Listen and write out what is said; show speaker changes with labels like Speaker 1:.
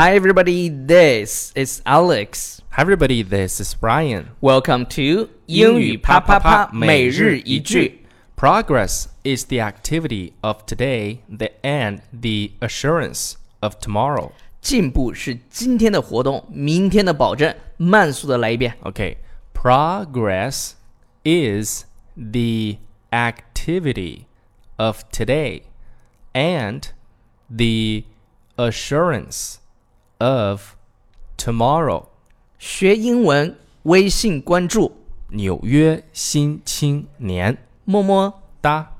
Speaker 1: Hi, everybody. This is Alex.
Speaker 2: Hi everybody, this is Brian.
Speaker 1: Welcome to 英
Speaker 2: 英
Speaker 1: 语
Speaker 2: 语
Speaker 1: 啪啪
Speaker 2: 啪啪
Speaker 1: 啪
Speaker 2: 啪
Speaker 1: 每
Speaker 2: 每
Speaker 1: 日
Speaker 2: 日
Speaker 1: 一
Speaker 2: 一
Speaker 1: 句
Speaker 2: 句。Progress is the activity of today, the and the assurance of tomorrow.
Speaker 1: 进步是今天的活动，明天的保证。慢速的来一遍。
Speaker 2: Okay, progress is the activity of today and the assurance of tomorrow.
Speaker 1: 学英文，微信关注
Speaker 2: 纽约新青年，
Speaker 1: 么么。
Speaker 2: 哒。